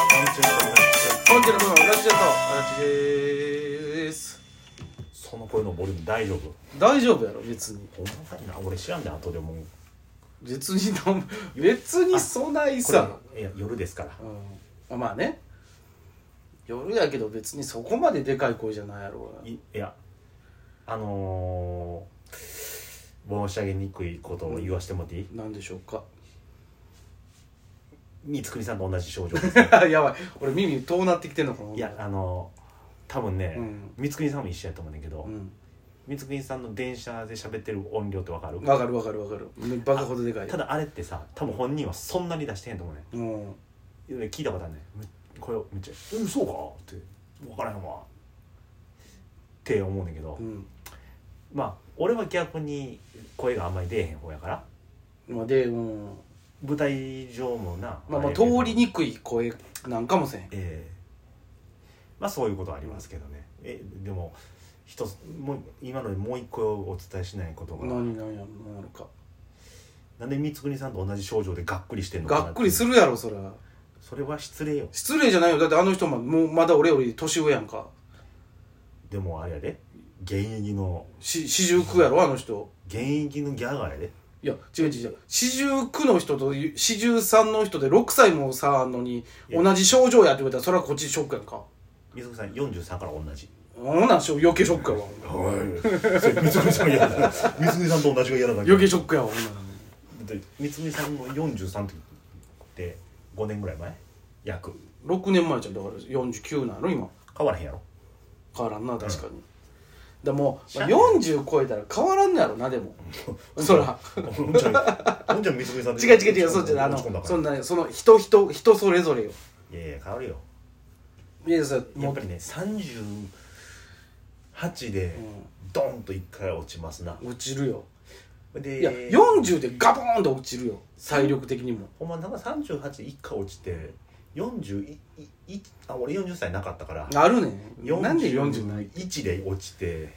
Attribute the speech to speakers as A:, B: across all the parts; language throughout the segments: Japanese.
A: コンチェルトのラジチェルト足立です
B: その声のボリューム大丈夫
A: 大丈夫やろ別に
B: ほんまかいな俺知らんねん後でもう
A: 別になん別にそない
B: これ
A: さ、
B: いや夜ですから
A: うん、まあね夜やけど別にそこまででかい声じゃないやろう
B: いいやあのー、申し上げにくいことを言わしてもらっていい、
A: ななんでしょうか
B: 三つくりさんと同じ症状です
A: やばい俺耳遠なってきてんのかない
B: いやあのー多分ね、
A: うん
B: 三つくりさんも一緒やと思うねんだけど、
A: うん
B: 三つくりさんの電車で喋ってる音量ってわかる
A: わかるわかるわかるめバカほどでかいよ
B: ただあれってさ多分本人はそんなに出してへんと思うねん
A: うん
B: いや聞いたことあるねむこれめっちゃ「うんそうか?」って「分からへんわ」って思うねんけど、
A: うん
B: まあ俺は逆に声があんまり出えへん方やから
A: まあでうん
B: 舞台上もな
A: まあまあ
B: れ
A: 通りにくい声なんかもせん
B: ええまあそういうことはありますけどねえでも一つもう今のでもう一個お伝えしないことが
A: 何何や何やろか
B: なんで光圀さんと同じ症状でがっくりしてんのかなて
A: がっくりするやろそりゃ
B: それは失礼よ
A: 失礼じゃないよだってあの人ももうまだ俺より年上やんか
B: でもあれやで現役の
A: し四十九やろあの人
B: 現役のギャガーやで
A: いや違う違う違う四十九の人と四十三の人で6歳も差あんのに
B: いや
A: 同じ症状やって言われたらそれはこっちショックやんか
B: 光圀さん43から同じ
A: ほんなんしょ余計ショックやわ
B: はいそれ光圀さんが嫌だ光圀さんと同じが嫌だ
A: 余計シ
B: ょ
A: ョックやわほんなん
B: 光圀さんの43って5年ぐらい前約
A: 6年前じゃんだから49なんやろ今
B: 変わらへんやろ
A: 変わらんな確かに、でも、まあ、
B: しゃ
A: 40超えたら変わらんのやろなでもそら
B: ほんじゃほんじゃ三つさん
A: 違う違う違うそうじゃないあ
B: 落ち込んだか
A: の
B: ら
A: そんなその人人人それぞれよ
B: いやいや変わるよ
A: いやさ
B: や
A: も
B: っ
A: う
B: ぱりね38でドンと一回落ちますな
A: 落ちるよいや
B: で
A: 40でガボーンと落ちるよ体力的にも
B: ほんまなんか38で一回落ちて41あ俺40歳なかったから
A: あるね
B: 40
A: なんで40ない
B: 1で落ちて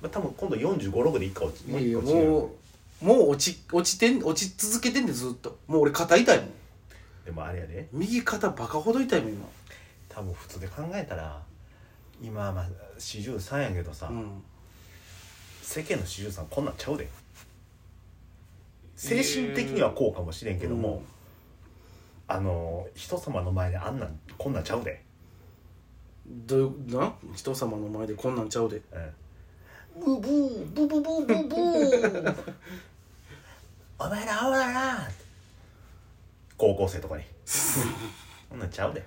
B: まあ多分今度4 5六で一回落ち
A: いやい
B: 一個
A: や
B: 落ちる
A: もうもう落ち落ちてん落ち続けてんでずっともう俺肩痛いもん
B: でもあれやね
A: 右肩バカほど痛いもん今
B: 多分普通で考えたら今まあ43やけどさ、
A: うん
B: 世間の四十三こんなんちゃうで精神的にはこうかもしれんけども、あの人様の前であんなんこんなんちゃうで、
A: どういうな人様の前でこんなんちゃうで
B: うん
C: ブブーブブブブブー
B: お前らおらな高校生とかに こんなんちゃうで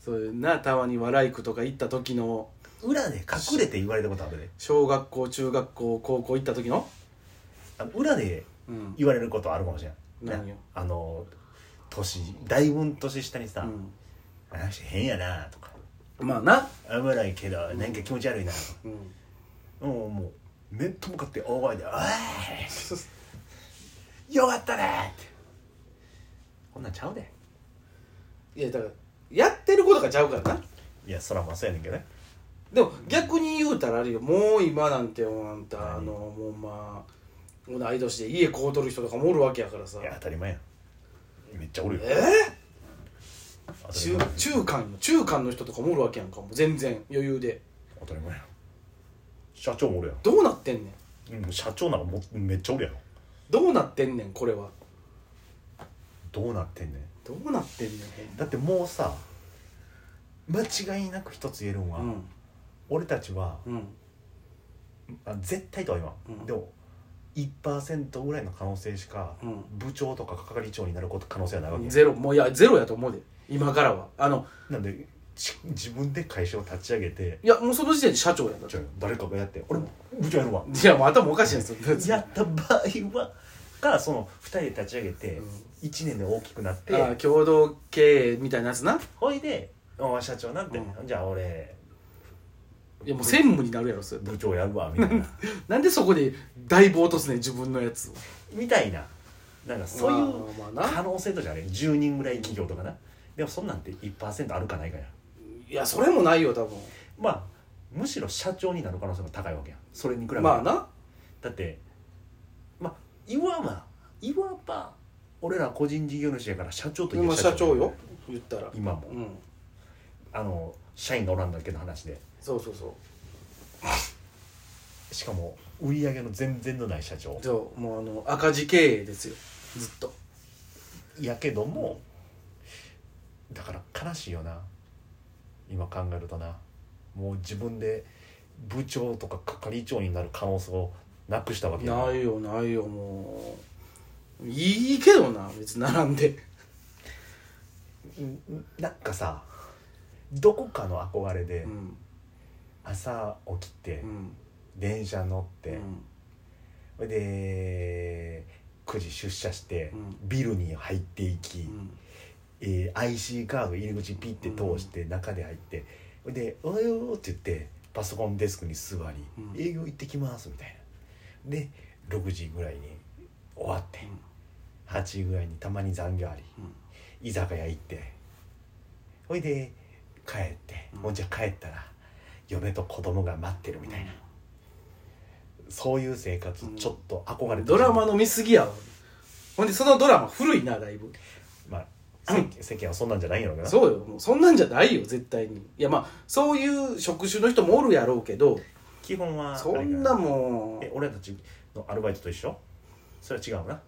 A: そういうなたまに笑い句とか行った時の
B: 裏で隠れて言われたことあるで
A: 小学校中学校高校行った時の
B: あの裏で
A: うん
B: 言われることあるかもしれん
A: 何よ
B: なあの年だいぶん年下にさ「
A: うん
B: あの人変やな」とか
A: まあな
B: 「危ないけどなんか気持ち悪いな」とか
A: うん
B: もうもう面と向かって大声で「おいよかったね!」ってこんなんちゃうで
A: いやだからやってることがちゃうからない
B: やそらまあそうやねんけどね
A: でも逆に言うたらあれよもう今なんてもうあんたあのもうまあ同い年で家こうとる人とかもおるわけやからさ
B: いや当たり前やんめっちゃおるよ
A: え
B: 当
A: ー、
B: たり
A: 中
B: 前
A: 中間の中間の人とかもおるわけやんかもう全然余裕で
B: 当たり前やん社長もおるや
A: どうなってんねん
B: ん、うん、社長なんかもうめっちゃおるやろ
A: どうなってんねんこれは
B: どうなってんねん
A: どうなってんねん
B: だってもうさ間違いなく一つ言えるんは、
A: ほんま
B: 俺たちは、
A: うんうん
B: あ絶対とは言わん、
A: うん
B: でも1%ぐらいの可能性しか、
A: うん
B: 部長とか係長になること可能性はないわけやん
A: ゼロもういやゼロやと思うで今からはあの
B: なんでち自分で会社を立ち上げて
A: いやもうその時点で社長やんだっ
B: じ
A: て
B: ゃあ誰かがやって俺部長やるわ
A: いやもう頭おかしいんですよ
B: やった場合はからその2人で立ち上げて
A: うん
B: 1年で大きくなっ
A: あー
B: て
A: 共同経営みたいなやつな
B: ほいで「お社長なんて、
A: う
B: じゃあ俺
A: いやもう専務になるやろそれ
B: 部長やるわ」みたいな
A: なんでそこでだいぶ落とすねん自分のやつを
B: みたいななんかそういう
A: まあまあまあな
B: 可能性とじゃね10人ぐらい企業とかなでもそんなんて1%あるかないかや
A: いやそれもないよ多分
B: まあむしろ社長になる可能性が高いわけやそれに比べて
A: まあな
B: だってまあいわばいわば俺ら個人事業主やから社長といえ
A: 今
B: ば
A: 社長よ言ったら
B: 今も
A: うん
B: あの社員がおらんだけの話で
A: そうそうそう
B: しかも売り上げの全然のない社長
A: そうもうあの赤字経営ですよずっと
B: やけどもだから悲しいよな今考えるとなもう自分で部長とか係長になる可能性をなくしたわけや
A: ないよないよもういいけどな別に並んで
B: んなんかさどこかの憧れで
A: うん
B: 朝起きて
A: うん
B: 電車乗っ
A: う
B: て、
A: ん
B: で9時出社して、
A: うん
B: ビルに入っていき、
A: うん
B: えー IC カード入り口ピッて通して中で入って、で「おはよう」って言ってパソコンデスクに座り「
A: うん
B: 営業行ってきます」みたいなで6時ぐらいに終わって、8時ぐらいにたまに残業あり
A: うん
B: 居酒屋行ってほいで帰って、
A: うん
B: もうじゃあ帰ったら嫁と子供が待ってるみたいな、そういう生活ちょっと憧れてる
A: ドラマの見すぎやわほんでそのドラマ古いなだいぶ
B: まあ世間世間はそんなんじゃないんやろうけどな
A: そうよもうそんなんじゃないよ絶対にいやまあそういう職種の人もおるやろうけど
B: 基本は
A: そんなも
B: え俺たちのアルバイトと一緒それは違うな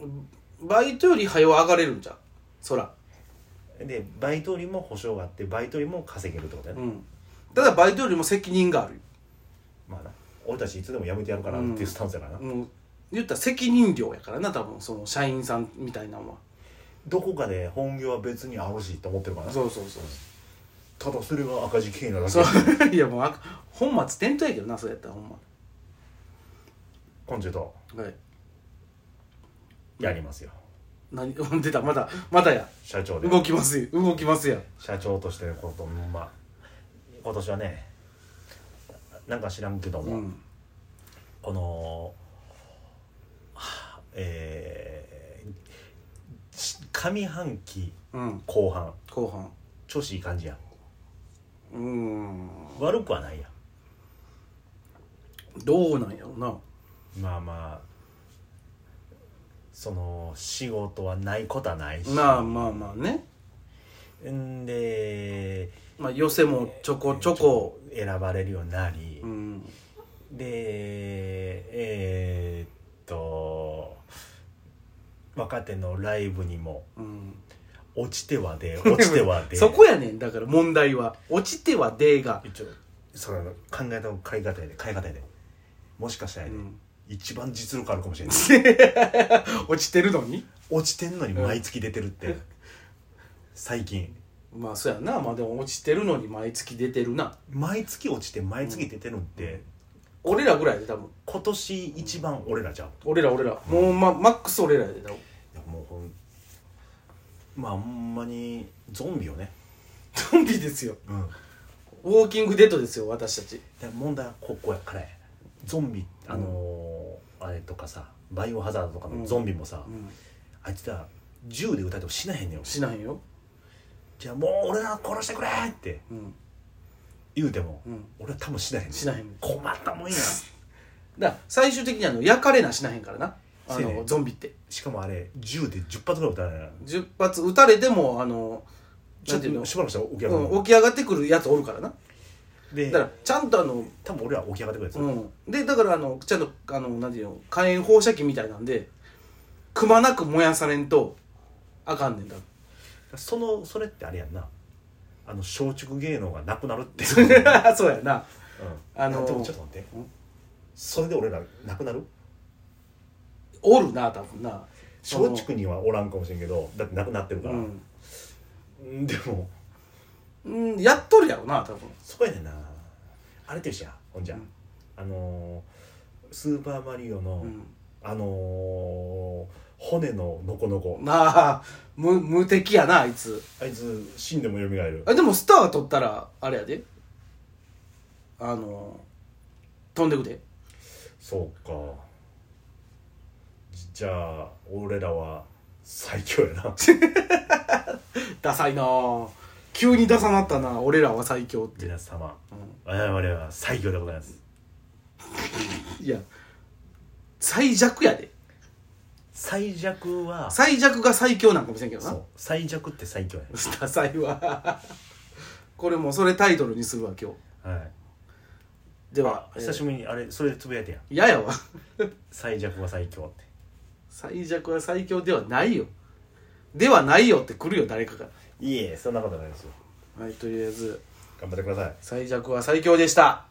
A: うバイトより早う上がれるんじゃんそら
B: でバイトよりも保証があってバイトよりも稼げるってことだよね、
A: うんただバイトよりも責任があるよ
B: まあな俺たちいつでも辞めてやるからっていうスタンスやからな、
A: もう言ったら責任量やからな多分その社員さんみたいなのは
B: どこかで本業は別にあるしと思ってるからな
A: そうそうそう
B: ただそれが赤字経営なだけ
A: そう いやもうあ本末転倒やけどなそれやったらほんま
B: 今週と
A: はい
B: やりますよ
A: 何 出たまだまだや
B: 社長で
A: 動きますよ動きますやん
B: 社長としてのこともまあ今年はねなんか知らんけど
A: う
B: も、
A: ん
B: この、はあえーし上半期
A: うん
B: 後半
A: 後半
B: 調子いい感じや
A: うーん
B: 悪くはないや
A: どうなんやろな
B: まあまあその仕事はないことはないし
A: まあまあまあね
B: んで
A: まあ寄せもちょこちょこ
B: 選ばれるようになり、
A: うん
B: でえーっと若手のライブにも
A: うん
B: 落ちては で落ちてはで
A: そこやねんだから問題は落ちてはでーが、
B: 一応その考えた変え方やで変え方やでもしかしたら
A: う
B: やで、
A: ん、
B: 一番実力あるかもしれない
A: 落ちてるのに
B: 落ちてんのに毎月出てるって、最近
A: まあそうやなまあでも落ちてるのに毎月出てるな
B: 毎月落ちて毎月出てるって、
A: 俺らぐらいで多分
B: 今年一番俺らじゃん、
A: 俺ら俺らもう、ま、マックス俺らやで多分
B: いやもうほんまあほんまにゾンビよね
A: ゾンビですよ
B: うん
A: ウォーキングデッドですよ私たち
B: で問題はここやからやゾンビあのーあれとかさバイオハザードとかのゾンビもさ、
A: うん
B: あいつら銃で撃たれても死なへんねんよ
A: しないよ
B: じゃあもう俺ら殺してくれって
A: うん
B: 言うても、
A: うん
B: 俺は多分死なへんねん
A: しないよ
B: 困った もんや
A: だから最終的にあの焼かれなしなへんからなあ
B: せやね
A: のゾンビって
B: しかもあれ銃で10発ぐらい撃たれない
A: 10発撃たれてもあの
B: ちょっ
A: なんていうの
B: としばらくしたら起き上がる、
A: うん起き上がってくるやつおるからな
B: で
A: だからちゃんとあの
B: 多分俺ら起き上がってくるやつ、
A: うんでだからあのちゃんとあのなんていうの火炎放射器みたいなんでくまなく燃やされんとあかんねんだ
B: そのそれってあれやんなあの松竹芸能がなくなるって、
A: から そうやな
B: あ
A: あ
B: の
A: のー
B: でもちょっと待って
A: うん
B: それで俺らなくなる
A: おるな多分な
B: 松
A: そ
B: 竹にはおらんかもしれんけどだってなくなってるか
A: の
B: ら、
A: うん
B: うんでも
A: うんやっとるやろな多分
B: そこやねんなあれと一緒やほんじゃ、あのースーパーマリオの、
A: うん
B: あのー骨のノコノコ
A: なあ無無敵やなあいつ
B: あいつ死んでも蘇る
A: あでもスター取ったらあれやであの飛んでくで
B: そうかじじゃあ俺らは最強や な
A: ダサいなあ急にダサなったな俺らは最強って、
B: 皆様我々は最強でございます
A: いや最弱やで
B: 最弱は
A: 最弱が最強なんかもしれんけど
B: そ
A: な
B: う最弱って最強や
A: ダサいわこれもうそれタイトルにするわ今日
B: ねんはい
A: では
B: あ久しぶりにあれそれでつぶやいてやん
A: 嫌やわ
B: 最弱は最強って
A: 最弱は最強ではないよではないよって来るよ誰かが
B: いえそんなことないですよ
A: はいとりあえず
B: 頑張ってください
A: 最弱は最強でした